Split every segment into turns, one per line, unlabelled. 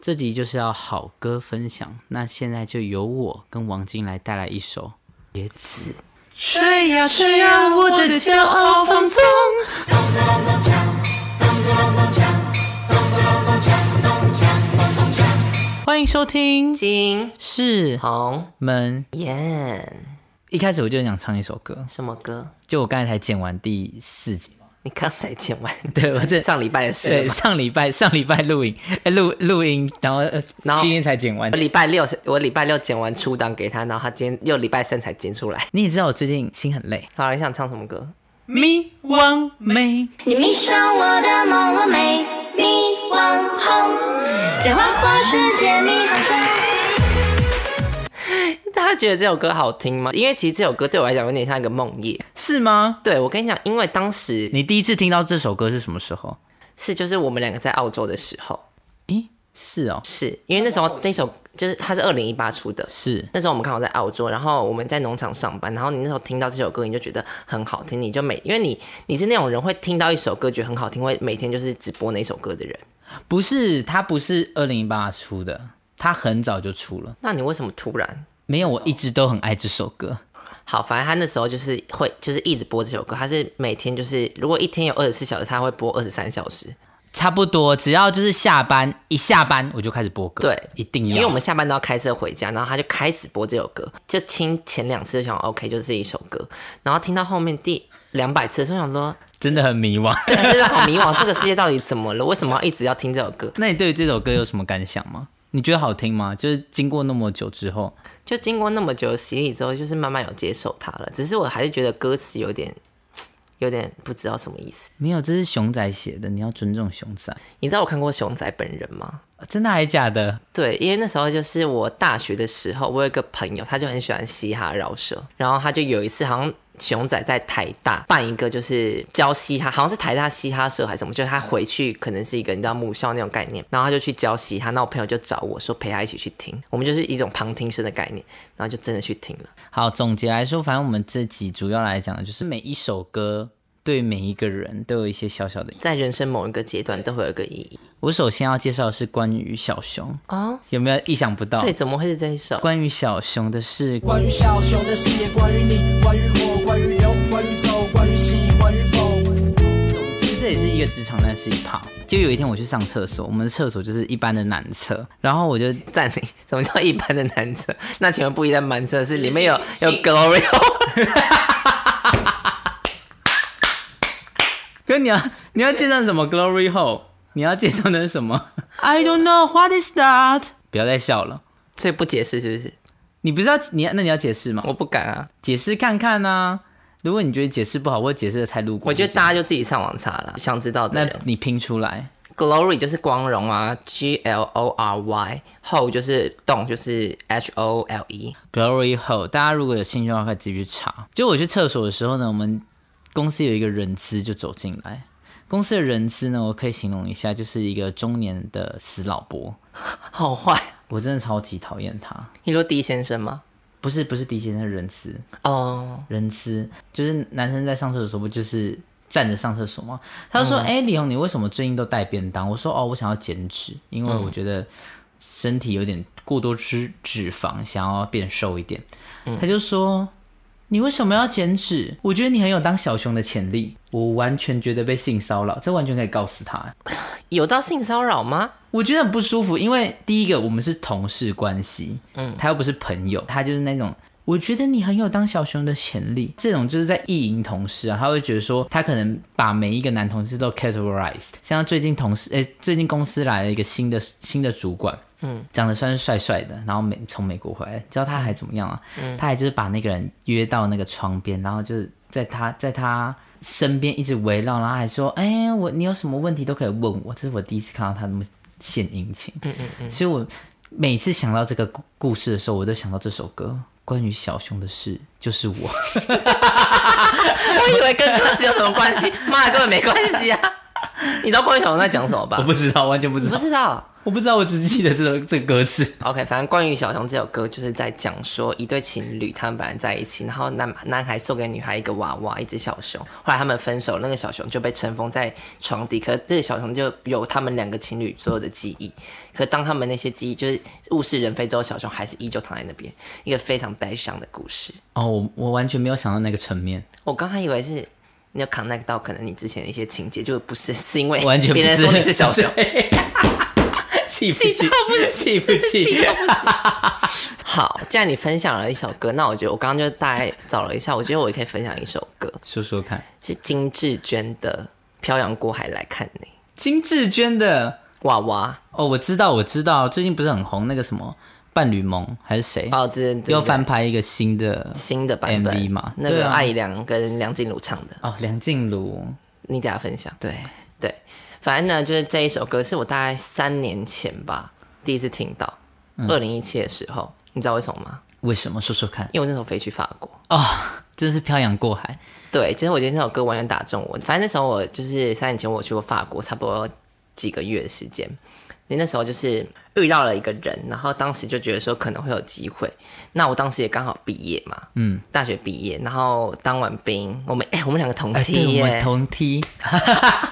这集就是要好歌分享，那现在就由我跟王晶来带来一首《椰子》。
吹呀吹呀，我的骄傲放纵。
欢迎收听《
金
是
红
门》。
艳，
一开始我就很想唱一首歌，
什么歌？
就我刚才才剪完第四集嘛。
你刚才剪完
对，我这
上礼拜的 事
对
了嘛？
上礼拜上礼拜录影，哎录录音，然后呃
然后
今天才剪完
我。礼拜六，我礼拜六剪完出档给他，然后他今天又礼拜三才剪出来。
你也知道我最近心很累，
好，你想唱什么歌？
迷惘美。
你迷上我的梦了没？迷惘红，在花花世界迷航中。
大家觉得这首歌好听吗？因为其实这首歌对我来讲有点像一个梦夜。
是吗？
对我跟你讲，因为当时
你第一次听到这首歌是什么时候？
是就是我们两个在澳洲的时候，
咦，是哦，
是因为那时候那首就是它是二零一八出的，
是
那时候我们刚好在澳洲，然后我们在农场上班，然后你那时候听到这首歌，你就觉得很好听，你就每因为你你是那种人会听到一首歌觉得很好听，会每天就是直播那首歌的人。
不是？它不是二零一八出的，它很早就出了。
那你为什么突然？
没有，我一直都很爱这首歌。
好，反正他那时候就是会就是一直播这首歌，他是每天就是如果一天有二十四小时，他会播二十三小时。
差不多，只要就是下班一下班我就开始播歌，
对
一定要。
因为我们下班都要开车回家，然后他就开始播这首歌，就听前两次就想 OK 就是一首歌，然后听到后面第两百次，就想说
真的很迷惘。
对啊真的好迷惘，这个世界到底怎么了？为什么要一直要听这首歌？
那你对于这首歌有什么感想吗？你觉得好听吗？就是经过那么久之后，
就经过那么久的洗礼之后，就是慢慢有接受它了。只是我还是觉得歌词有点，有点不知道什么意思。
没有，这是熊仔写的，你要尊重熊仔。
你知道我看过熊仔本人吗？
真的还假的？
对，因为那时候就是我大学的时候，我有一个朋友，他就很喜欢嘻哈饶舌，然后他就有一次好像熊仔在台大办一个就是教嘻哈，好像是台大嘻哈社还是什么，就是他回去可能是一个你知道母校那种概念，然后他就去教嘻哈，那我朋友就找我说陪他一起去听，我们就是一种旁听生的概念，然后就真的去听了。
好，总结来说，反正我们这集主要来讲的就是每一首歌对每一个人都有一些小小的影响。
在人生某一个阶段都会有一个意义
我首先要介绍的是关于小熊，
哦。
有没有意想不到？
对，，怎么会是这一首？
关于小熊的是
关于小熊的事业，关于你，关于我，关于有，关于走，关于喜，关于否。
其实这也是一个职场，但是一趴。就有一天我去上厕所，我们的厕所就是一般的男厕，然后我就
暂停，什么叫一般的男生？ 那请问不一般的男生是里面有有 Glory？
可你要你要介绍什么 Glory Hole？你要介绍的是什么？I don't know what is that？不要再笑了，
所以不解释是不是？
你不知道你那你要解释吗？
我不敢啊，
解释看看啊。如果你觉得解释不好，或者解释的太露骨，
我觉
你
得
讲
大家就自己上网查了。想知道的
那
人
你拼出来。
，Glory 就是光荣啊，G L O R Y，Hole 就是动，就是 H O L E。
Glory Hole，大家如果有兴趣的话，可以自己去查。就我去厕所的时候呢，我们公司有一个人资就走进来。公司的人资呢，我可以形容一下，就是一个中年的死老伯。
好坏，
我真的超级讨厌他。
你说 D 先生吗？
不是不是狄先生，是人资
哦，
人资就是男生在上厕所的时候不就是站着上厕所吗？他就说：“哎、李红，你为什么最近都带便当？”我说：“哦，我想要减脂，因为我觉得身体有点过多脂脂肪，想要变瘦一点。他就说：“你为什么要减脂？我觉得你很有当小熊的潜力。”我完全觉得被性骚扰，这完全可以告诉他。
有到性骚扰吗？
我觉得很不舒服，因为第一个我们是同事关系，嗯，他又不是朋友，他就是那种。我觉得你很有当小熊的潜力，这种就是在意淫同事啊，他会觉得说他可能把每一个男同事都 categorized，像最近同事，诶、最近公司来了一个新的新的主管，嗯，长得算是帅帅的，然后美从美国回来，你知道他还怎么样啊？他还就是把那个人约到那个窗边，然后就是在他在他身边一直围绕，然后还说，哎、我你有什么问题都可以问我，这是我第一次看到他那么献殷勤。嗯嗯嗯。所以我每次想到这个故故事的时候，我都想到这首歌。关于小熊的事，就是我。
我以为跟歌词有什么关系，妈的，根本没关系啊。你知道关于小熊在讲什么吧
我？不知道，完全不知
你不
道，
知道。
我不知道，我只记得这首这个歌词。
OK，反正关于小熊这首歌就是在讲说一对情侣他们本来在一起，然后男男孩送给女孩一个娃娃，一只小熊。后来他们分手，那个小熊就被尘封在床底，可是这个小熊就有他们两个情侣所有的记忆。可当他们那些记忆就是物是人非之后，小熊还是依旧躺在那边，一个非常悲伤的故事。
哦，我我完全没有想到那个层 面，
我刚还以为是你有 connect 到可能你之前的一些情节，就不是，是因为
完全不
别
是
人说你是小 熊，
气不
气到不行
气不 气？
到不行。 好，既然你分享了一首歌，那我觉得我刚刚就大概找了一下，我觉得我也可以分享一首歌，
说说看，
是金志娟的《漂洋过海来看你》。
金志娟的
娃娃
哦，我知道，我知道，最近不是很红那个什么伴侣盟还是谁？
哦，对对对，
又翻拍一个新的
新的版本
MV 嘛
那
对
个
啊
艾怡良跟梁静茹唱的，
哦，梁静茹，
你等一下分享。
对，
对，反正呢，就是这一首歌是我大概三年前吧第一次听到，二零一七的时候，你知道为什么吗？
为什么？说说看
因为我那时候飞去法国。
哦，真是漂洋过海，
对，其实我觉得那首歌完全打中我。反正那时候我就是三年前我去过法国，差不多几个月的时间。你那时候就是遇到了一个人，然后当时就觉得说可能会有机会。那我当时也刚好毕业嘛，嗯，大学毕业，然后当完兵，我们哎、我们两个同
哎，
梯
对，
耶、
我们同梯，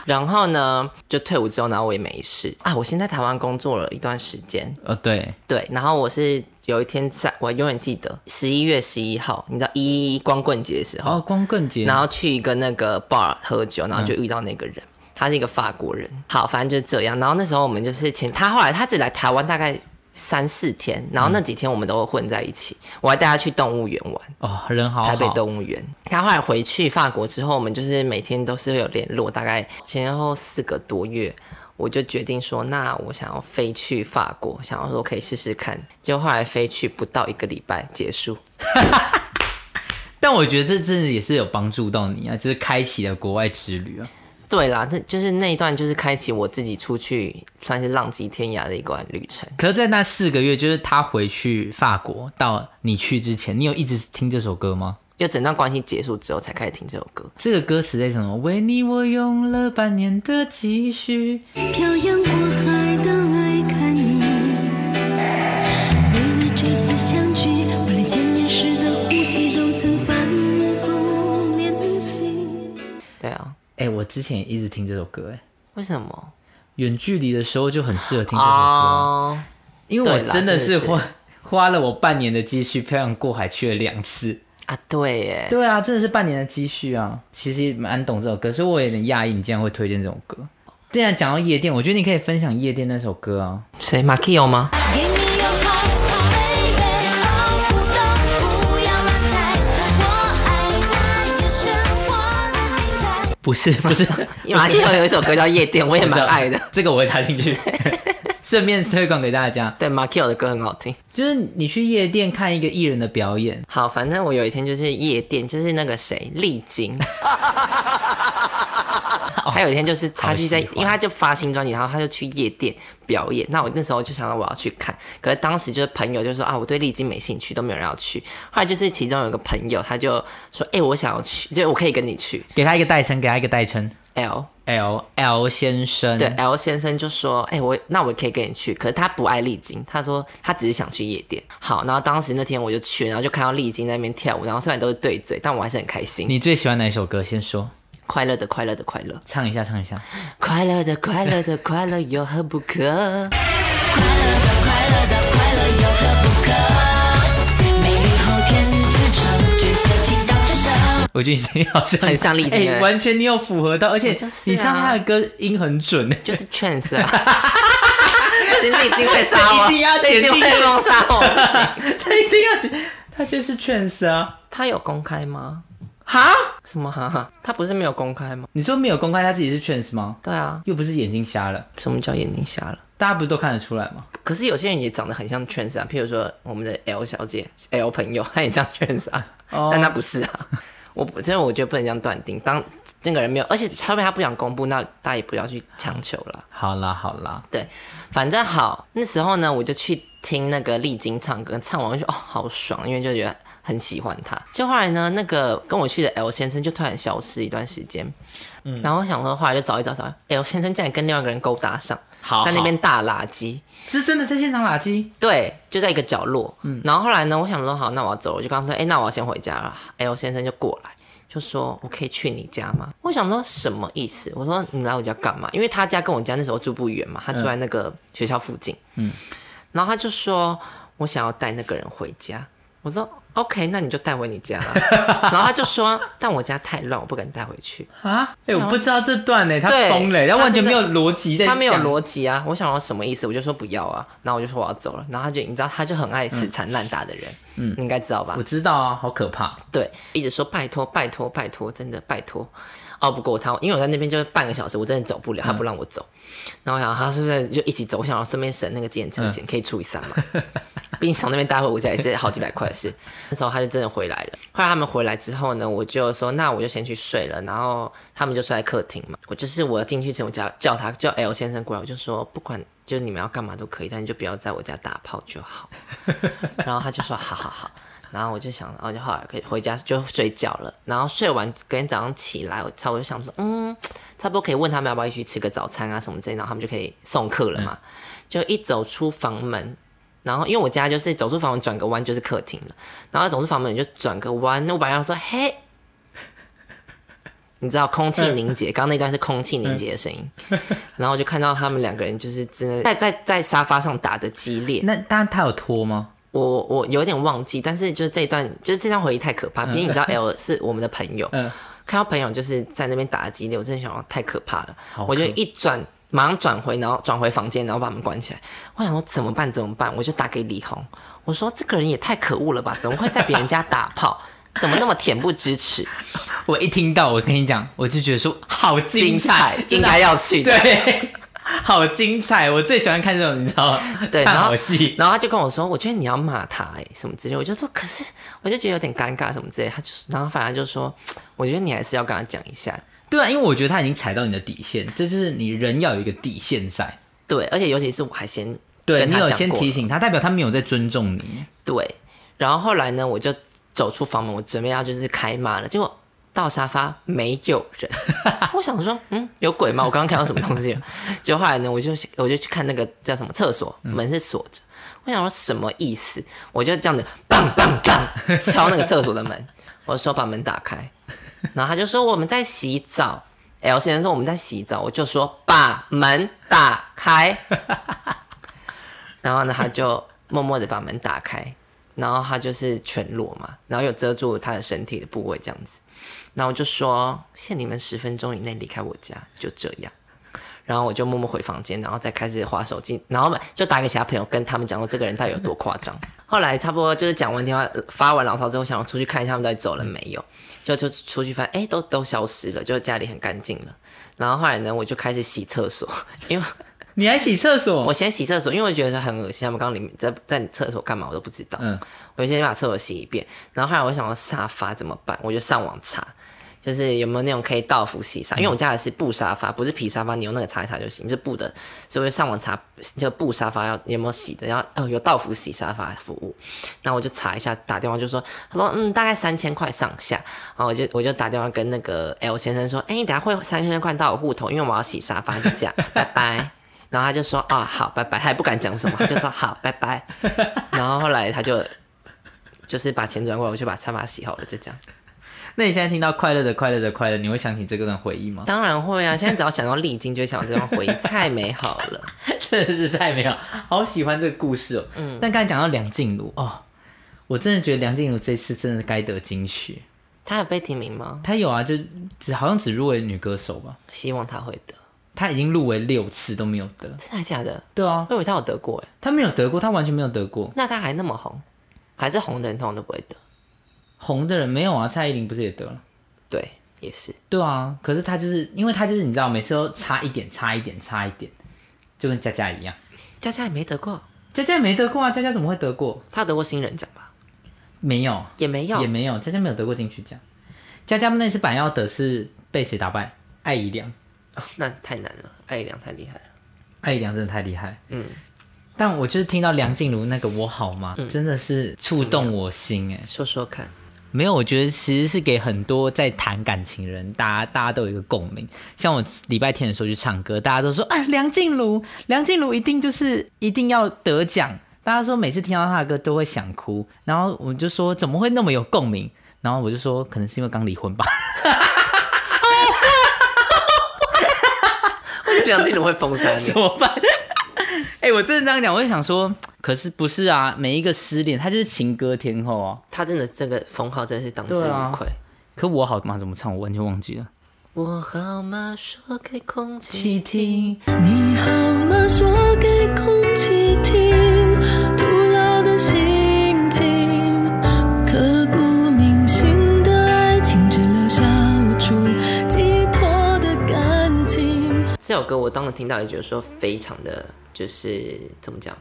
然后呢，就退伍之后，然后我也没事啊。我先在台湾工作了一段时间，
哦，对，
对。然后我是有一天在，我永远记得十一月十一号，你知道一一光棍节的时候，
哦，光棍节，
然后去一个那个 bar 喝酒，然后就遇到那个人，他是一个法国人。好，反正就是这样。然后那时候我们就是前，他后来他只来台湾大概三四天，然后那几天我们都混在一起。我还带他去动物园玩。
哦，人好好，
台北动物园。他后来回去法国之后，我们就是每天都是会有联络，大概前后四个多月。我就决定说，那我想要飞去法国，想要说可以试试看。结果后来飞去不到一个礼拜结束，
但我觉得这真的也是有帮助到你啊，就是开启了国外之旅啊。
对啦，这就是那一段，就是开启我自己出去算是浪迹天涯的一段旅程。
可是，在那四个月，就是他回去法国到你去之前，你有一直听这首歌吗？
就整段关系结束之后，才开始听这首歌。
这个歌词在什么？为你我用了半年的积蓄，
漂洋过海的来看你，为了这次相聚，我连见面时的呼吸都曾反复练习。
对啊，
哎、我之前也一直听这首歌，哎，
为什么？
远距离的时候就很适合听这首歌，啊
哦，
因为我
对啦
真的是
真的是
花花了我半年的积蓄漂洋过海去了两次。
啊，对耶，
对啊，真的是半年的积蓄啊，其实也蛮懂这首歌，所以我有点讶异你竟然会推荐这种歌。既然讲到夜店，我觉得你可以分享夜店那首歌啊。
谁马 k i o 吗？
Give me your heart, baby，哦，不懂，不要乱猜，我爱那夜生活的精彩。
不 是不是，
马 k i o 有一首歌叫《夜店》，我也蛮爱的。
这个 我会插进去，顺便推广给大家。
对马 k i o 的歌很好听。
就是你去夜店看一个艺人的表演，
好，反正我有一天就是夜店，就是那个谁，丽 晶。还有一天就是他去在，
哦好喜欢
因为他就发新专辑，然后他就去夜店表演。那我那时候就想到我要去看，可是当时就是朋友就说啊，我对丽晶没兴趣，都没有人要去。后来就是其中有一个朋友，他就说，哎、我想要去，就我可以跟你去。
给他一个代称，给他一个代称
L
，L L 先生。
对 L 先生就说，哎、我那我可以跟你去，可是他不爱丽晶，他说他只是想去夜店。好，然后当时那天我就去，然后就看到丽晶在那边跳舞，然后虽然都是对嘴，但我还是很开心。
你最喜欢哪一首歌？先说，
快乐的快乐的快乐，
唱一下，唱一下。
快乐的快乐的快乐有何不 可？
我觉得你声音好像
很像丽晶
哎
对不对
完全你有符合到，而且
就是啊
你唱他的歌音很准哎。
就是 chance 啊！不行，丽晶会杀我，
这一 定要
丽
剪
晶
进去
会封杀我。
他一定要讲，他就是 Trans 啊。
他有公开吗？
哈？
什么哈哈？他不是没有公开吗？
你说没有公开他自己是 Trans 吗？
对啊，
又不是眼睛瞎了，
什么叫眼睛瞎了？
大家不是都看得出来吗？
可是有些人也长得很像 trans 啊，譬如说我们的 L 小姐，L 朋友，她也像 trans 啊，但她不是啊。我不真的我觉得不能这样断定，当那个人没有，而且后面他不想公布，那大家也不要去强求了。
好啦好啦，
对，反正好，那时候呢，我就去听那个丽晶唱歌，唱完我就哦好爽，因为就觉得很喜欢他。就后来呢，那个跟我去的 L 先生就突然消失一段时间，然后我想说，后来就找一找找一，L 先生竟然跟另外一个人勾搭上，
好
在那边大垃圾。
是真的在现场垃圾，
对，就在一个角落。嗯，然后后来呢，我想说好，那我要走了，我就跟他说，哎、那我要先回家了。L 先生就过来，就说我可以去你家吗？我想说什么意思？我说你来我家干嘛？因为他家跟我家那时候住不远嘛，他住在那个学校附近。嗯，然后他就说我想要带那个人回家。我说 OK，那你就带回你家啦。 然后他就说，但我家太乱，我不敢带回去。
啊！哎、我不知道这段呢、他
对
疯了、欸他
他
完全
真
没有
的
逻辑在
他没有
讲
逻辑啊！我想说什么意思，我就说不要啊，然后我就说我要走了，然后他就你知道，他就很爱死缠烂打的人，嗯，你应该知道吧
我？知道啊，好可怕。
对，一直说拜托拜托拜托，真的拜托。熬不过他，因为我在那边就是半个小时，我真的走不了，他不让我走。然后我想他是不是就一起走？我想要顺便省那个检车钱，可以除以三嘛。 毕竟从那边带回我家也是好几百块的事。那时候他就真的回来了。后来他们回来之后呢，我就说那我就先去睡了。然后他们就睡在客厅嘛。我就是我进去前我叫叫他叫 L 先生过来，我就说不管就是你们要干嘛都可以，但你就不要在我家打炮就好。然后他就说好好好，然后我就想，然后就后来可以回家就睡觉了。然后睡完，隔天早上起来，我差不多就想说，嗯，差不多可以问他们要不要一起吃个早餐啊什么之类的，然后他们就可以送客了嘛。就一走出房门，然后因为我家就是走出房门转个弯就是客厅了，然后走出房门你就转个弯，那我本来想说嘿。你知道空气凝结，刚刚那段是空气凝结的声音，然后就看到他们两个人就是真的在在在沙发上打的激烈，
那但他有拖吗？
我我有点忘记，但是就是这一段，就是这段回忆太可怕。毕竟你知道 L 是我们的朋友，
嗯
看到朋友就是在那边打激烈，我真的想到太可怕了。
好可
我就一转，马上转回，然后转回房间，然后把门关起来。我想说怎么办？怎么办？我就打给李红，我说这个人也太可恶了吧？怎么会在别人家打炮？怎么那么恬不知耻？
我一听到，我跟你讲，我就觉得说好 精彩，
应
真的
该要去的。
对，好精彩！我最喜欢看这种，你知道吗？
对，
看
然
好
后
戏。
然后他就跟我说，我觉得你要骂他哎、什么之类，我就说可是我就觉得有点尴尬什么之类，他就是，然后反正就说，我觉得你还是要跟他讲一下，
对啊，因为我觉得他已经踩到你的底线，这就是你人要有一个底线在。
对，而且尤其是我还先
对
跟
你
他
有
讲
先
过
提，醒他，代表他没有在尊重你。
对，然后后来呢，我就走出房门，我准备要就是开骂了，结果到沙发没有人， 我想说，嗯，有鬼吗？我刚刚看到什么东西了？ 结果后来呢，我就我就去看那个叫什么厕所，门是锁着，我想说什么意思？我就这样子，棒棒棒，敲那个厕所的门，我说把门打开，然后他就说我们在洗澡。L 先生说我们在洗澡，我就说把门打开， 然后呢，他就默默的把门打开，然后他就是全裸嘛，然后又遮住他的身体的部位这样子，然后我就说限你们十分钟以内离开我家，就这样。然后我就默默回房间，然后再开始划手机，然后就打给其他朋友，跟他们讲说这个人到底有多夸张。后来差不多就是讲完电话、呃发完牢骚之后，想要出去看一下他们到底走了没有，就就出去发现哎都都消失了，就家里很干净了。然后后来呢，我就开始洗厕所，因为。
你还洗厕所？
我先洗厕所，因为我觉得很恶心。他们刚刚里面在在你厕所干嘛，我都不知道。
嗯
我就先把厕所洗一遍，然后后来我想到沙发怎么办，我就上网查，就是有没有那种可以倒伏洗沙，因为我家的是布沙发，不是皮沙发，你用那个擦一擦就行，是布的，所以我就上网查这个布沙发要有没有洗的，然后哦有倒伏洗沙发服务，然后我就查一下，打电话就说，他说嗯大概三千块上下，然后我就我就打电话跟那个 L 先生说，哎、你等下会三千块到我户头，因为我要洗沙发，就这样，拜拜。然后他就说啊、好，拜拜，他也不敢讲什么，他就说好，拜拜。然后后来他就就是把钱转过来，我就把沙发洗好了，就这样。
那你现在听到快乐的快乐的快乐，你会想起这个段回忆吗？
当然会啊，现在只要想到历经，就会想到这段回忆，太美好了。
真的是太美好，好喜欢这个故事哦。嗯，但刚才讲到梁静茹哦，我真的觉得梁静茹这次真的该得金曲。
他有被提名吗？
她有啊，就只好像只入围女歌手吧，
希望他会得，
她已经入围六次都没有得。
真的假的？
对啊，
我以为他有得过哎，
她没有得过，她完全没有得过。
那他还那么红，还是红的人通常都不会得。
红的人没有啊，蔡依林不是也得了？
对，也是。
对啊，可是她就是因为她就是你知道，每次都差一点，差一点，差一点，就跟佳佳一样。
佳佳也没得过，
佳佳没得过啊，佳佳怎么会得过？
他有得过新人奖吧？
没有，
也没有，
也没有，佳佳没有得过金曲奖。佳佳那次版要得是被谁打败？艾怡良，
那太难了。艾怡良太厉害了，
艾怡良真的太厉害。嗯，但我就是听到梁静茹那个“我好吗”，
嗯
真的是触动我心哎、
说说看，
没有，我觉得其实是给很多在谈感情的人，大家大家都有一个共鸣。像我礼拜天的时候去唱歌，大家都说啊，梁静茹，梁静茹一定就是一定要得奖。大家说每次听到她的歌都会想哭，然后我就说怎么会那么有共鸣？然后我就说可能是因为刚离婚吧。
梁静茹会封杀你
怎。么办？哎、我真的这样讲，我就想说，可是不是啊？每一个失恋，她就是情歌天后啊。
他真的这个封号真的是当之
对啊
无愧。
可我好吗？怎么唱？我完全忘记了。
我好吗？说给空
气
气听
听。
你好吗？说给空气听，徒劳的心情，刻骨铭心的爱情，只留下无处寄托的感情。
这首歌我当时听到也觉得说非常的就是怎么讲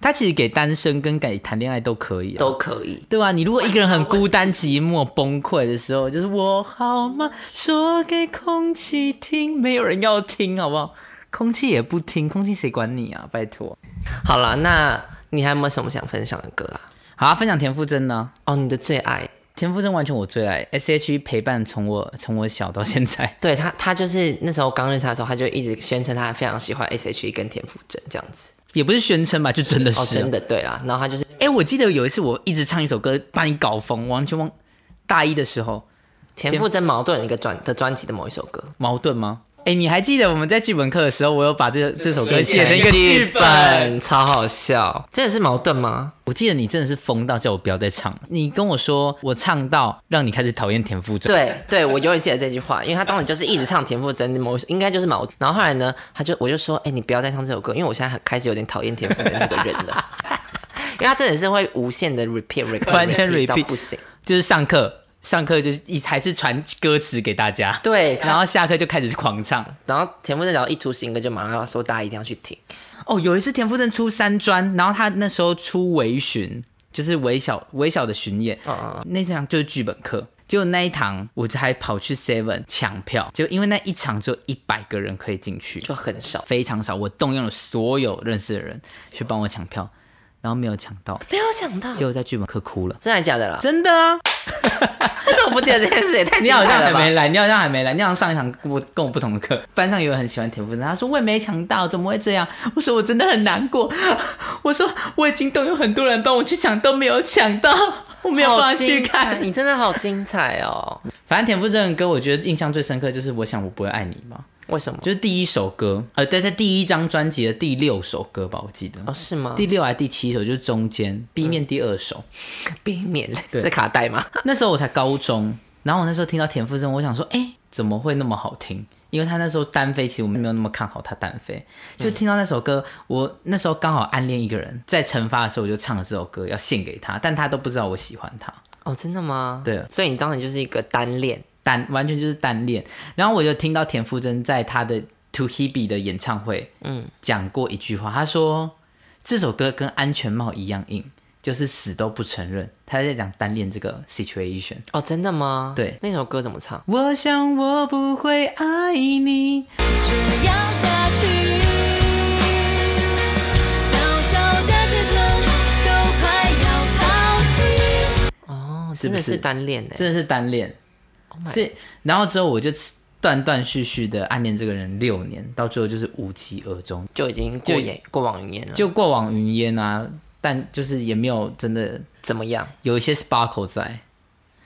她其实给单身跟给谈恋爱都可以、啊，
都可以。
对啊，你如果一个人很孤单、寂寞、崩溃的时候，就是我好吗？说给空气听，没有人要听，好不好？空气也不听，空气谁管你啊？拜托。
好了，那你还有没有什么想分享的歌啊？
好、啊，分享田馥甄呢？
哦，你的最爱，
田馥甄完全我最爱，S.H.E 陪伴从我从我小到现在。
对他，他就是那时候刚认识他的时候，他就一直宣称他非常喜欢 S.H.E 跟田馥甄这样子。
也不是宣称吧，就真的是、啊
哦，真。的对啦，然后他就是
哎、我记得有一次我一直唱一首歌，把你搞疯，完全忘。大一的时候，
田馥甄矛盾的一个专的专辑的某一首歌，
矛盾吗？哎、你还记得我们在剧本课的时候，我有把这这首歌写成一个
剧
剧本？，
超好笑。真的是矛盾吗？
我记得你真的是疯到叫我不要再唱了，你跟我说我唱到让你开始讨厌田馥甄。
对对，我永远记得这句话，因为他当时就是一直唱田馥甄的某一首，应该就是矛盾。然后后来呢，他就我就说，哎、你不要再唱这首歌，因为我现在很开始有点讨厌田馥甄这个人了， 因为他真的是会无限的 repeat repeat
完全
repeat 到
repeat
不行。
就是上课上课就是一还是传歌词给大家，
对，然
然
后
后下课就开始狂唱。
然后田馥甄只要一出新歌，就马上要说大家一定要去听。
哦，有一次田馥甄出三专，然后他那时候出微巡，就是微小微小的巡演，
啊
那场就是剧本课。结果那一堂，我就还跑去 Seven 抢票，结果因为那一场只有一百个人可以进去，
就很少。
非常少。我动用了所有认识的人去帮我抢票，然后没有抢到，
没有想到，
结果在剧本课哭了。
真的假的啦？
真的啊！
这我不记得这件事也太
你
精
好像
彩
还
了吧
没？来，你好像还没来，你好像上一堂跟我跟我不同的课。班上有人很喜欢田馥甄，他说我也没抢到，怎么会这样？我说我真的很难过， 我说我已经动用很多人帮我去抢，都没有抢到，我没有办法去
好精彩
看。
你真的好精彩哦！
反正田馥甄的歌，我觉得印象最深刻就是《我想我不会爱你》吧，
为什么？
就是第一首歌，呃，对，在第一张专辑的第六首歌吧，我记得。
哦，是吗？
第六还是第七首就是中间 B 面第二首，
避免了
对
是卡带吗？
那时候我才高中，然后我那时候听到田馥甄，我想说，哎、怎么会那么好听？因为他那时候单飞，其实我们没有那么看好他单飞。就听到那首歌，我那时候刚好暗恋一个人，在惩罚的时候我就唱了这首歌，要献给他，但他都不知道我喜欢他，
哦，真的吗？
对
所以你当时就是一个单恋，
单完全就是单恋。然后我就听到田馥甄在他的 To Hebe 的演唱会，嗯，讲过一句话，他说这首歌跟安全帽一样硬，就是死都不承认。他在讲单恋这个 situation。
哦，真的吗？
对
那首歌怎么唱？
我想我不会爱你，
这样下去，渺小的自尊都快要抛弃。
哦，
是
真
不
的
是
是单恋呢。
真的是单恋。
my
所以，然后之后我就断断续续的暗恋这个人六年，到最后就是无疾而终，
就已经过眼过往云烟了，就
就过往云烟啊。但就是也没有真的
怎么样？
有一些 sparkle 在，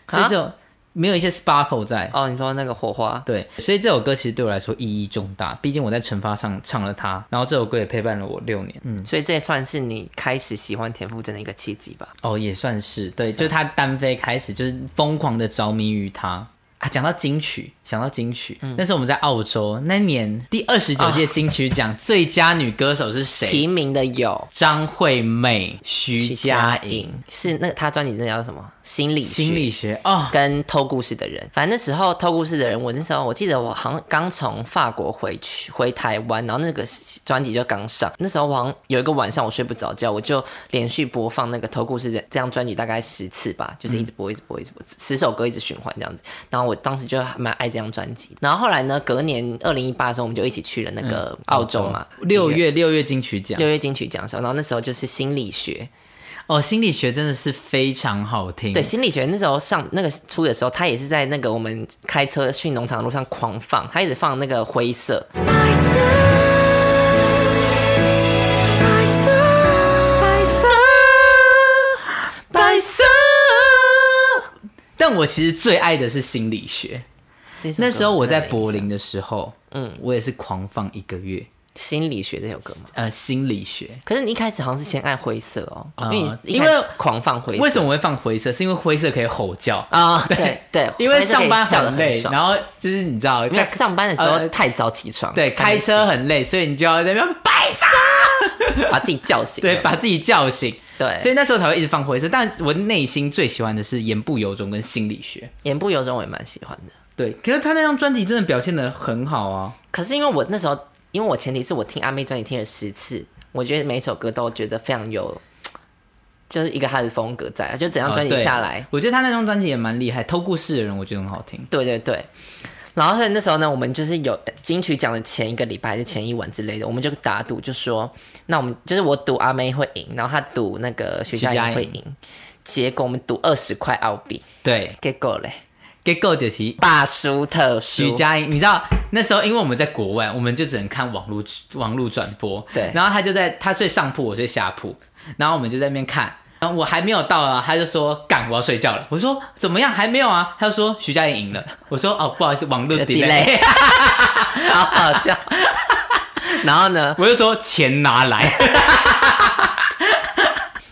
所以这种没有一些 sparkle 在。
哦，你说那个火花，
对，所以这首歌其实对我来说意义重大，毕竟我在惩罚上唱了它，然后这首歌也陪伴了我六年。嗯，
所以这也算是你开始喜欢田馥甄的一个契机吧？
哦，也算是对，就是他单飞开始，就是疯狂的着迷于他。啊，讲到金曲，想到金曲，
嗯
那时候我们在澳洲，那年第二十九届金曲奖最佳女歌手是谁
提？名的有
张惠妹、徐佳莹，，
是那个她专辑那叫什么？心理学
心理学哦，
跟偷故事的人，反正那时候偷故事的人，我那时候我记得我好像刚从法国回去回台湾，然后那个专辑就刚上，那时候我好像有一个晚上我睡不着觉，我就连续播放那个偷故事这这张专辑大概十次吧，就是一直播一直播一直播十首歌一直循环这样子，然后我我当时就还蛮爱这张专辑。然后后来呢，隔年二零一八的时候，我们就一起去了那个澳洲嘛，
六月六月金曲奖
六月金曲奖的时候，然后那时候就是心理学，
哦，心理学真的是非常好听。
对，心理学那时候上那个出的时候，他也是在那个我们开车去农场的路上狂放，他一直放那个灰色，
白色，白色，白色，
白色。但我其实最爱的是心理学。
这首歌
那时候我在
真的没
柏
印
林
象
的时候，嗯，我也是狂放一个月。
心理学这首歌嘛。
呃，心理学
可是你一开始好像是先爱灰色哦，
啊
因为你一
因
开始
为
狂放灰色
为什么我会放灰色？是因为灰色可以吼叫，
啊、 对对，
因为上班
叫的
很累，
爽
然后就是你知道，
因为
在
上班的时候
呃
太早起床，
对
还
开
没
车很累，所以你就要在那边白色，
醒把自己叫 醒，
对，把自己叫醒。
对
所以那时候才会一直放灰色。但我内心最喜欢的是言不由衷跟心理学。
言不由衷，我也蛮喜欢的。
对，可是他那张专辑真的表现的很好啊。
可是因为我那时候，因为我前提是我听阿妹专辑听了十次，我觉得每一首歌都觉得非常有，就是一个她的风格在，就整张专辑
哦对
下来，
我觉得他那张专辑也蛮厉害，《偷故事的人》我觉得很好听。
对对对。然后所以那时候呢，我们就是有金曲奖的前一个礼拜还是前一晚之类的，我们就打赌，就说那我们就是我赌阿妹会赢，然后他赌那个徐佳
徐佳
莹
莹
会赢，结果我们赌二十块澳币，
对
结果嘞，
，Get Go 就是
大输特输。
徐佳莹，你知道那时候因为我们在国外，我们就只能看网络网络转播。
对
然后他就在他睡上铺，我睡下铺，然后我们就在那边看。然后我还没有到啊，他就说干，我要睡觉了。我说怎么样还没有啊？他就说徐佳莹赢了。我说哦，不好意思，网络 delay。
delay，好 好笑。然后呢，
我就说钱拿来。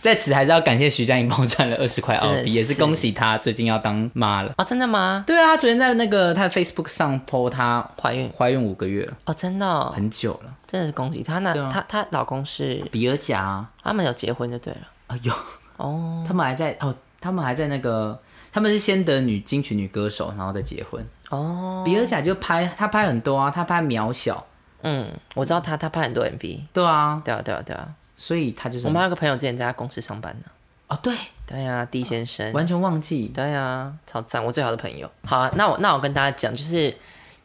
在此还是要感谢徐佳莹帮我赚了二十块澳
真的
币，
是
也是恭喜她最近要当妈了。
哦，真的吗？
对啊，她昨天在那个她的 Facebook 上 po 她
怀孕
怀孕五个月了，
哦，真的、哦，
很久了。
真的是恭喜她。那
对啊
她她老公是
比尔夹啊，
他们有结婚就对了。
啊有，
哦
他们还在哦，他们还在那个，他们是先得女金曲女歌手，然后再结婚。
哦，
比尔甲就拍他拍很多啊，他拍渺小，
嗯，我知道她她拍很多 MV。
对啊，
对啊对啊对啊，
所以他就是
我们还有个朋友之前在他公司上班呢。
哦对，
对啊，D 先生。
完全忘记
对啊，超赞，我最好的朋友。好、啊，那我那我跟大家讲，就是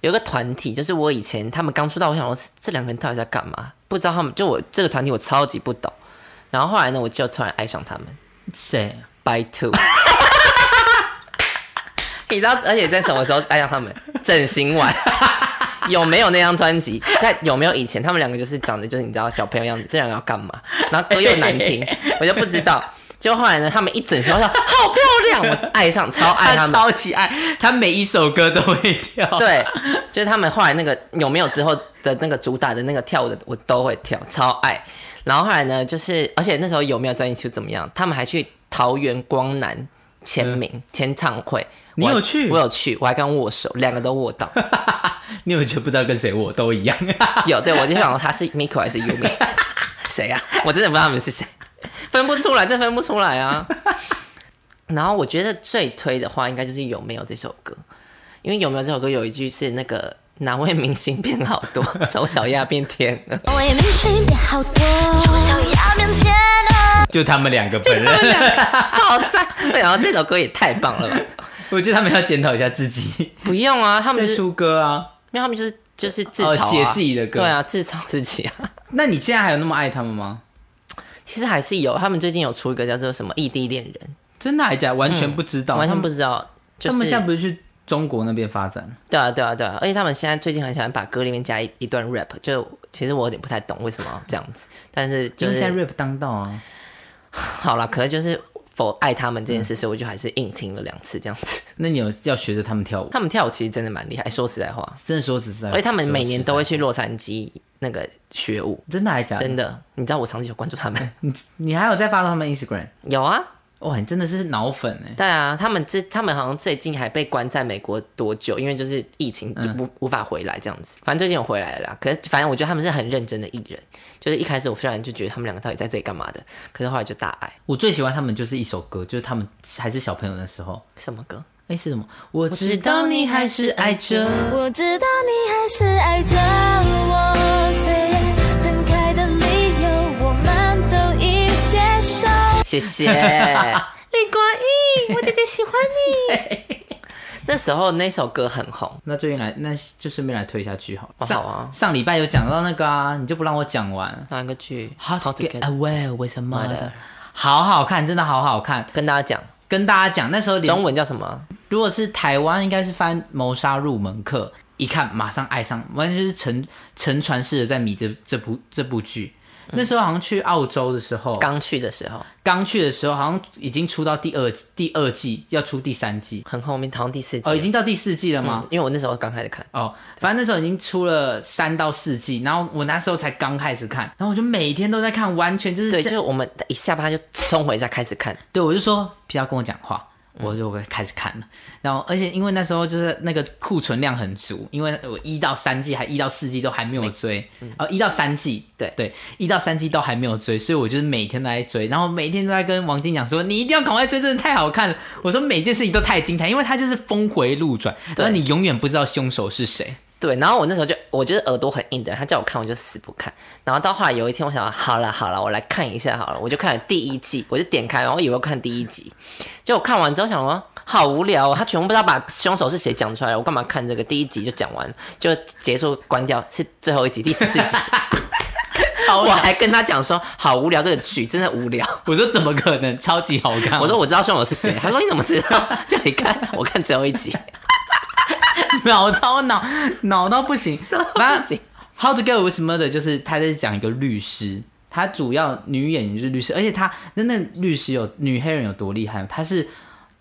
有一个团体，就是我以前他们刚出道，我想说这两个人到底在干嘛？不知道他们就我这个团体我超级不懂。然后后来呢，我就突然爱上他们
谁
，By Two。你知道，而且在什么时候爱上他们？整形完。有没有那张专辑？在有没有以前他们两个就是长得就是你知道小朋友样子，这两个要干嘛？然后歌又难听，我就不知道。结果后来呢，他们一整形，我说好漂亮，我爱上，超爱他
他
们。
超级爱，他每一首歌都会跳。
对，就是他们后来那个有没有之后的那个主打的那个跳舞的，我都会跳，超爱。然后后来呢，就是而且那时候有没有专辑出怎么样？他们还去桃园光南签名、签唱会，
嗯你
我还
有去
我有去，我还跟握手，两个都握到。
你有觉得不知道跟谁我都一样？啊
有，对我就想说他是 Miko 还是 Yumi，谁呀、我真的不知道他们是谁，分不出来，真分不出来 啊。然后我觉得最推的话，应该就是有没有这首歌，因为有没有这首歌有一句是那个 哪位明星变好 多，丑小鸭变天鹅，
我也没谁变好多，丑小鸭变天鹅。
就他们两个本人，
超赞。然后这首歌也太棒了吧？
我觉得他们要检讨一下自己，
不用啊，他们
在
就是，因
出歌啊。
为他们就是就是自
哦
嘲、啊，
写自己的歌
对啊，自嘲自己啊。
那你现在还有那么爱他们吗？
其实还是有，他们最近有出一个叫做什么《异地恋人
真的还假的？完全不知》，道，
嗯完
他
全
们
不知道。就
他
是、
们现在不是去中国那边发展？
对啊，对啊，对啊，而且他们现在最近很喜欢把歌里面加一一段 rap，就其实我有点不太懂为什么要这样子，但是
因
就
为现在
是
rap 当道啊。
好了，可能就是否爱他们这件事，
嗯
所以我就还是硬听了两次这样子。
那你有要学着他们跳舞？
他们跳舞其实真的蛮厉害，说实在话，
真的说实在，
而且他们每年都会
啊说
去洛杉矶那个学舞，
实在真的还假
真
的？
的，你知道我长期有关注他们，
你还有在发到他们 Instagram？
有啊，
哇，你真的是脑粉哎！
对啊，他们这他们好像最近还被关在美国多久？因为就是疫情就无、无法回来这样子。反正最近有回来了啦。可是反正我觉得他们是很认真的艺人，就是一开始我虽然就觉得他们两个到底在这里干嘛的，可是后来就大爱。
我最喜欢他们就是一首歌，就是他们还是小朋友的时候，
什么歌？
哎是什么？我
知
知
道
道
你
你
还
还
是
是
爱
爱
着
着。
我知道你还是爱着我，虽然分开的理由我们都已接受。
谢谢。
李国毅，我姐姐喜欢你。
那时候那首歌很红，
那最近来，那就顺便来推一下剧好了。
哦
上
好啊
上礼拜有讲到那个啊，你就不让我讲完。
哪一个剧
How to get
Get-
away with a murder，
Murder
好好看，真的好好看。
跟大家讲，
跟大家讲，那时候
中
连
文叫什么？
如果是台湾，应该是翻《谋杀入门课》，一看马上爱上，完全就是沉沉船式的在迷这这部这部剧。那时候好像去澳洲的时候，刚
刚去的时候，
刚去的时候，好像已经出到第二第二季，要出第三季
很后面，好像第四季
哦，已经到第四季了吗？
嗯因为我那时候刚开始看，
哦，反正那时候已经出了三到四季，然后我那时候才刚开始看，然后我就每天都在看，完全就是
对，
像
就是我们一下班就冲回家开始看，
对我就说不要跟我讲话，
嗯
我就我开始看了，然后而且因为那时候就是那个库存量很足，因为我一到三季还一到四季都还没有追，哦一到三季
嗯对
对一到三季都还没有追，所以我就是每天都在追，然后每天都在跟王晶讲说你一定要赶快追，真的太好看了，我说每件事情都太精彩，因为它就是峰回路转，然后
对
你永远不知道凶手是谁。
对，然后我那时候就我就是耳朵很硬的人，他叫我看我就死不看。然后到后来有一天，我想好了好了，我来看一下好了，我就看了第一季，我就点开，然后以为我看第一集，结果我看完之后想说好无聊、哦，他全部不知道把凶手是谁讲出来，我干嘛看这个？第一集就讲完，就结束关掉，是最后一集第十四集。我还跟他讲说好无聊，这个剧真的无聊。
我说怎么可能？超级好看！
我说我知道凶手是谁，他说你怎么知道？ 就你看，我看最后一集。
脑超脑脑到不行，
到不行。
How to Get Away with Murder 就是他在讲一个律师，他主要女演员是律师，而且他那那律师有女黑人有多厉害？她是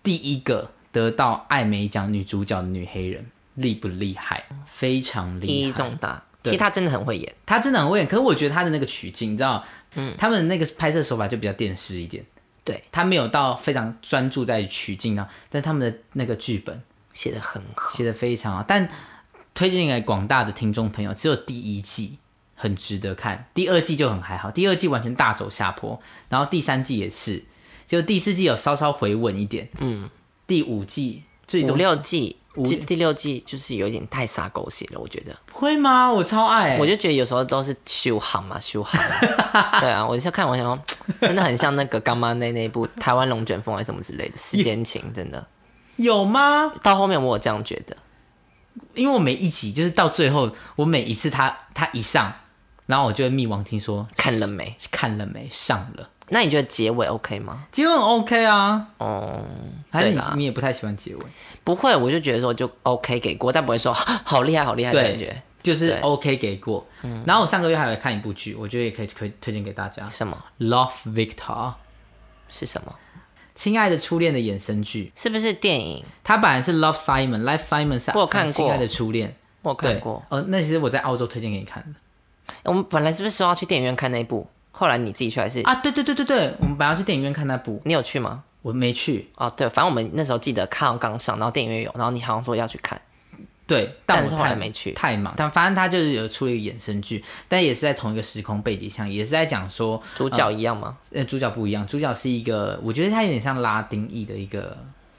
第一个得到艾美奖女主角的女黑人，厉不厉害？非常厉害，
意义重大。
对
其实他真的很会演，
他真的很会演，可是我觉得他的那个取景，你知道，嗯，他们那个拍摄手法就比较电视一点，
对，
他没有到非常专注在取景啊，但他们的那个剧本
写的很好。
写的非常好，但推荐给广大的听众朋友，只有第一季很值得看，第二季就很还好，第二季完全大走下坡，然后第三季也是，就第四季有稍稍回稳一点，嗯，第五季最
五
终
六季，第第六季就是有点太撒狗血了，我觉得。
会吗？我超爱欸、
我就觉得有时候都是修 行嘛，修行嘛。对啊，我就看我想 说，真的很像那个干妈内那一部《台湾龙卷风》还是什么之类的，《世间情》真 的。
有吗？
到后面我有这样觉得，
因为我每一集就是到最后，我每一次他他一上，然后我就会密王听说
看了没？
看了没上了，
那你觉得结尾 OK 吗？
结尾很 OK 啊，
哦、
还是
对
你
啦
你也不太喜欢结尾，
不会，我就觉得说就 OK 给过，但不会说 好厉害好厉害的感
对
觉。，
就是
对嗯
OK 给过。然后我上个月还有看一部剧，我觉得也可以推推荐给大家，《
什么
Love Victor》
是什么？
亲爱的初恋的衍生剧，
是不是电影？
它本来是 Love Simon，Life Simon 是
我有看过
亲爱的初恋，
我有看
对
过。
呃，那其实我在澳洲推荐给你看的。
我们本来是不是说要去电影院看那一部？后来你自己去还是？
啊，对对对对对，我们本来要去电影院看那部，
你有去吗？
我没去。
哦，对，反正我们那时候记得看完刚上，然后电影院有，然后你好像说要去看，
对，
但
但我
是后
太
来没去
太忙。但反正他就是有出了一个衍生剧，但也是在同一个时空背景下，也是在讲说
主角一样吗？
呃，主角不一样，主角是一个，我觉得他有点像拉丁裔的一个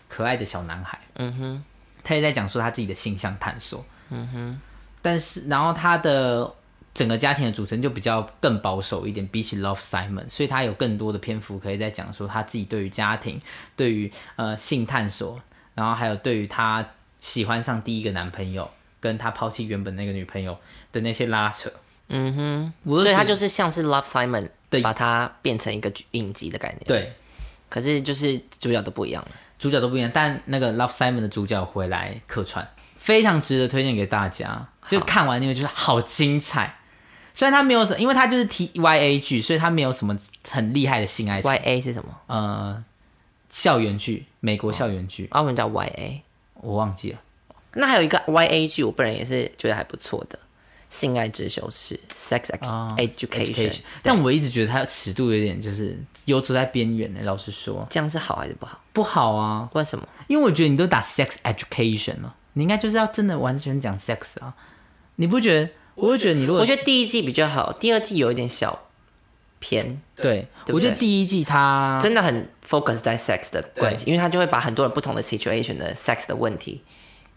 可爱的小男孩。嗯哼，他也在讲述他自己的性向探索。嗯哼，但是然后他的整个家庭的组成就比较更保守一点，比起 Love Simon，所以他有更多的篇幅可以在讲说他自己对于家庭、对于呃性探索，然后还有对于他喜欢上第一个男朋友，跟他抛弃原本那个女朋友的那些拉扯。嗯哼，
所以他就是是像是 Love Simon，
对
把它变成一个影集的概念。，
对。
可是就是主角都不一样了。
主角都不一样，但那个 Love Simon 的主角回来客串，非常值得推荐给大家。就看完那个就是好精彩，虽然他没有什因为他就是 T Y A 剧，所以他没有什么很厉害的性爱情
Y A 是什么？
呃，校园剧，美国校园剧，
澳门啊叫 Y A。
我忘记了。
那还有一个 Y A 剧，我本人也是觉得还不错的，《性爱之修士》（Sex Ex- 哦
哦
Education），、
啊 education 但我一直觉得它尺度有点就是游走在边缘欸的，老实说
这样是好还是不好？
不好啊，
为什么？
因为我觉得你都打 sex education 了，你应该就是要真的完全讲 sex 啊，你不觉得？我就觉得你如果
我觉得第一季比较好，第二季有一点小偏。
对，
对
我
不
觉
对
得第一季它
真的很 focus 在 sex 的关系，因为他就会把很多人不同的 situation 的 sex 的问题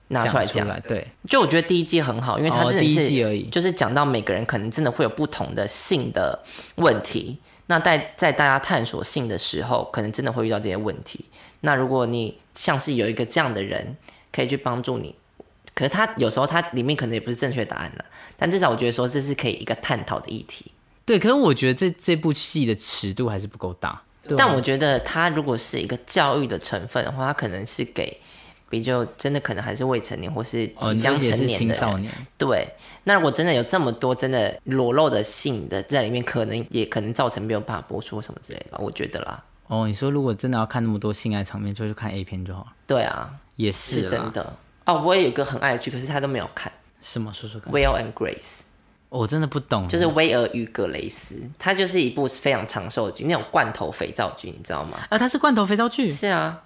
拿出来
讲
讲
出。来，对
就我觉得第一季很好，因为他
哦
真的
第一
是、
季而已
就是讲到每个人可能真的会有不同的性的问题。那在在大家探索性的时候，可能真的会遇到这些问题。那如果你像是有一个这样的人，可以去帮助你。可是它有时候它里面可能也不是正确答案了，但至少我觉得说这是可以一个探讨的议题。
对，可是我觉得这这部戏的尺度还是不够大。对啊
但我觉得它如果是一个教育的成分的话，它可能是给比较真的可能还是未成年或是
哦，
即
你
将
也
成
是
年的
青
人
少年，
对，那如果真的有这么多真的裸露的性的在里面，可能也可能造成没有办法播出或什么之类的吧，我觉得啦。
哦，你说如果真的要看那么多性爱场面，就去看 A 片就好了。
对啊，
也
是
是啦
真，的。哦，我也有一个很爱的剧，可是他都没有看
什么说说看，
《Will and Grace
我真的不懂，》，
就是威尔与格雷斯，它就是一部非常长寿的剧，那种罐头肥皂剧，你知道吗？
啊，它是罐头肥皂剧，
是啊，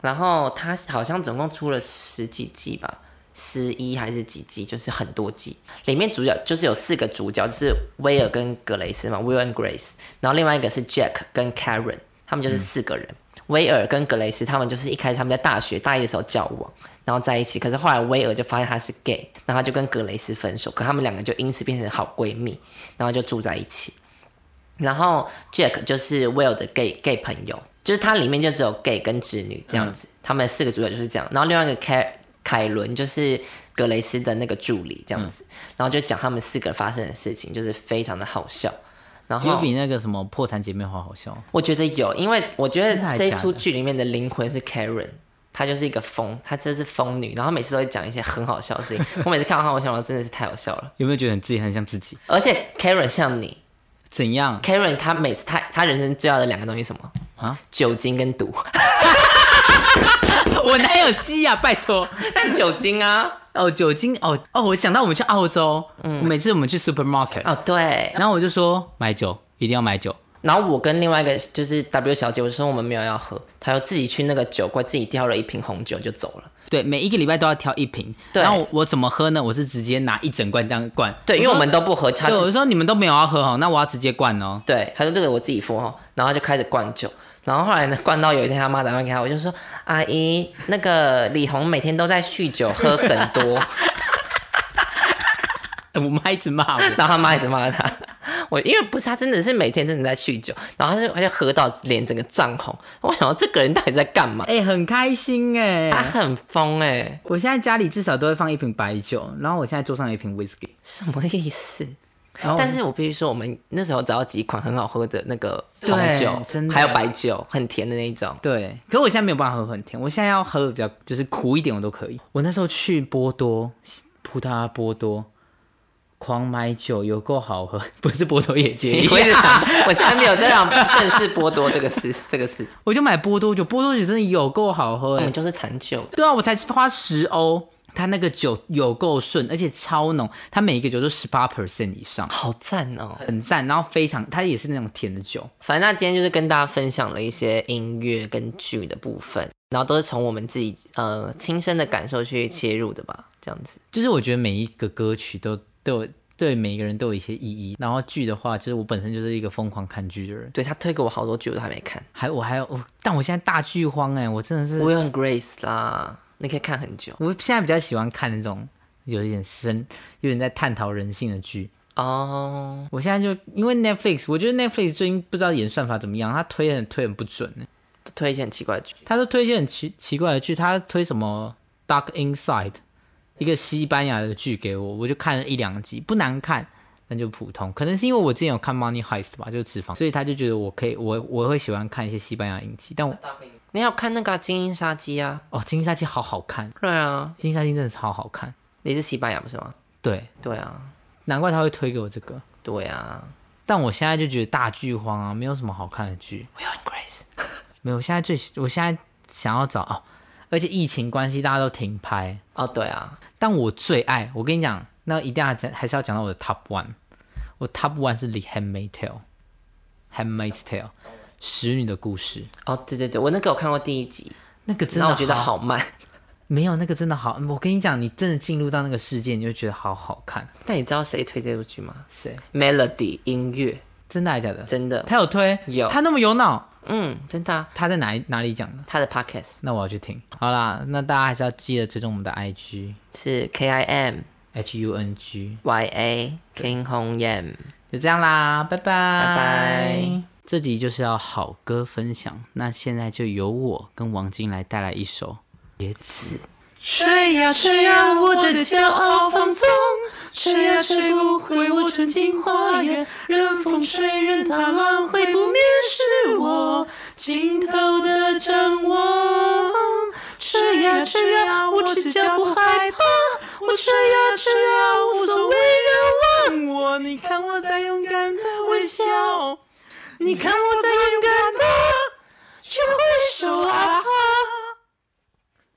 然后它好像总共出了十几季吧，十一还是几季，就是很多季。里面主角就是有四个主角，就是威尔跟格雷斯嘛，Will and Grace，然后另外一个是 Jack 跟 Karen，他们就是四个人。威尔跟格雷斯他们就是一开始他们在大学大一的时候交往，然后在一起，可是后来威尔就发现他是 gay，然后他就跟格雷斯分手，可他们两个就因此变成好闺蜜，然后就住在一起。然后 Jack 就是 Will 的 gay gay 朋友，就是他里面就只有 gay 跟直女这样子，
嗯
他们四个主角就是这样。然后另外一个凯凯伦就是格雷斯的那个助理这样子，
嗯
然后就讲他们四个发生的事情，就是非常的好笑。然后
有比那个什么破产姐妹花好笑。
我觉得有，因为我觉
真的
得
还
这一
假的
出剧里面的灵魂是 Karen，她就是一个疯，她真是疯女，然后每次都会讲一些很好笑的事情。我每次看到她，我想到真的是太好笑了。
有没有觉得你自己很像自己？
而且 Karen 像你
怎样？
，Karen 她每次她她人生最要的两个东西是什么
啊？
酒精跟毒，
我哪有吸呀、拜托！
但酒精啊，
哦，酒精，哦哦，我想到我们去澳洲，嗯，每次我们去 supermarket，、
哦对。
然后我就说买酒，一定要买酒。
然后我跟另外一个就是 W 小姐，我就说我们没有要喝，她又自己去那个酒柜自己挑了一瓶红酒就走了。
对，每一个礼拜都要挑一瓶。
对
然后我我怎么喝呢？我是直接拿一整罐这样灌。
对，因为
说
我们都不喝，她
对，
自
我就说你们都没有要喝哦，那我要直接灌 哦。
对，他说这个我自己付哈，然后就开始灌酒，然后后来呢，灌到有一天他妈打电话给他，我就说阿姨，那个李红每天都在酗酒，喝很多，
哎我妈一直骂我，
然后他妈一直骂他，我因为不是他真的是每天真的在酗酒，然后他是他就喝到脸整个涨红，我想到这个人到底在干嘛？
哎、很开心哎、
他很疯哎、
我现在家里至少都会放一瓶白酒，然后我现在桌上有一瓶 whisky。
什么意思？
然后我
但是我必须说，我们那时候找到几款很好喝的那个红
对
酒，
真的
还有白酒，很甜的那一种。
对，可我现在没有办法喝很甜，我现在要喝比较就是苦一点我都可以。我那时候去波多，葡萄牙波多，狂买酒，有够好喝， 不是波多野结
你
衣，啊
会是想， 我现在没有在让正式剥夺这个事，这个 事情。
我就买波多酒，波多酒真的有够好喝、
我
欸
们，就是产酒的，
对啊，我才花十欧，它那个酒有够顺，而且超浓，它每一个酒都十八 percent 以上，
好赞哦！
很赞，然后非常，它也是那种甜的酒。
反正那今天就是跟大家分享了一些音乐跟剧的部分，然后都是从我们自己呃亲身的感受去切入的吧，这样子。
就是我觉得每一个歌曲都都有对每个人都有一些意义。然后剧的话，就是我本身就是一个疯狂看剧的人，
对他推给我好多剧我都还没看，
还我还有我，但我现在大剧荒哎、我真的是
我
我
有很 Grace 啦，你可以看很久
现在比较喜欢看那种有一点深、有点在探讨人性的剧。
哦。
我现在就因为 Netflix，我觉得 Netflix 最近不知道演算法怎么样，它推很推很不准、欸，
推一些很奇怪的剧，
它都推一些很奇奇怪的剧，它推什么《Dark Inside》一个西班牙的剧给我，我就看了一两集，不难看。但就普通，可能是因为我之前有看《Money Heist》吧，就是脂肪，所以他就觉得我可以，我我会喜欢看一些西班牙影集。但我
你要看那个啊、精英杀机》啊？
哦，《金沙姬》好好看，《
对啊，
金沙姬》真的超好看。
你是西班牙不是吗？
对，
对啊，
难怪他会推给我这个。
对啊。
但我现在就觉得大剧荒啊，没有什么好看的剧。
我有很 Grace，
没有，我现在最我现在想要找哦，而且疫情关系大家都停拍。
哦对啊，
但我最爱，我跟你讲，那一定要讲，还是要讲到我的 top one。我 top one 是《The Handmaid's Tale》，《Handmaid's Tale》使女的故事，
哦对对对，我那个我看过第一集，
那个真
然
的
后我觉得好慢。
没有那个真的好。我跟你讲，你真的进入到那个世界，你就觉得好好看。
但你知道谁推这部剧吗
谁？
？Melody 音乐，
真的还是假的？
真的，
他有推，
有
他那么有脑，
嗯，真的、啊，
他在哪一哪里讲的？
他的 podcast
那我要去听。好啦，那大家还是要记得追踪我们的 IG
是 K I M
H U N G，
Y A King Hong Yam，
就这样啦，拜拜拜
拜。
这集就是要好歌分享，那现在就由我跟王晶来带来一首《野子》，
吹呀吹呀，我的骄傲放纵，吹呀吹不回我纯净花园，任风吹，任它浪会不灭是我尽头的展望。吹呀吹呀，我只叫不害怕，我吹呀吹呀，无所谓原谅我，你看我在勇敢的微笑，你看我在勇敢的去挥手啊。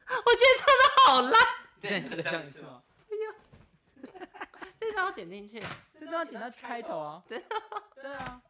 我觉得唱的好烂，这段要剪进去。
这都要剪到开头啊！真的，对啊。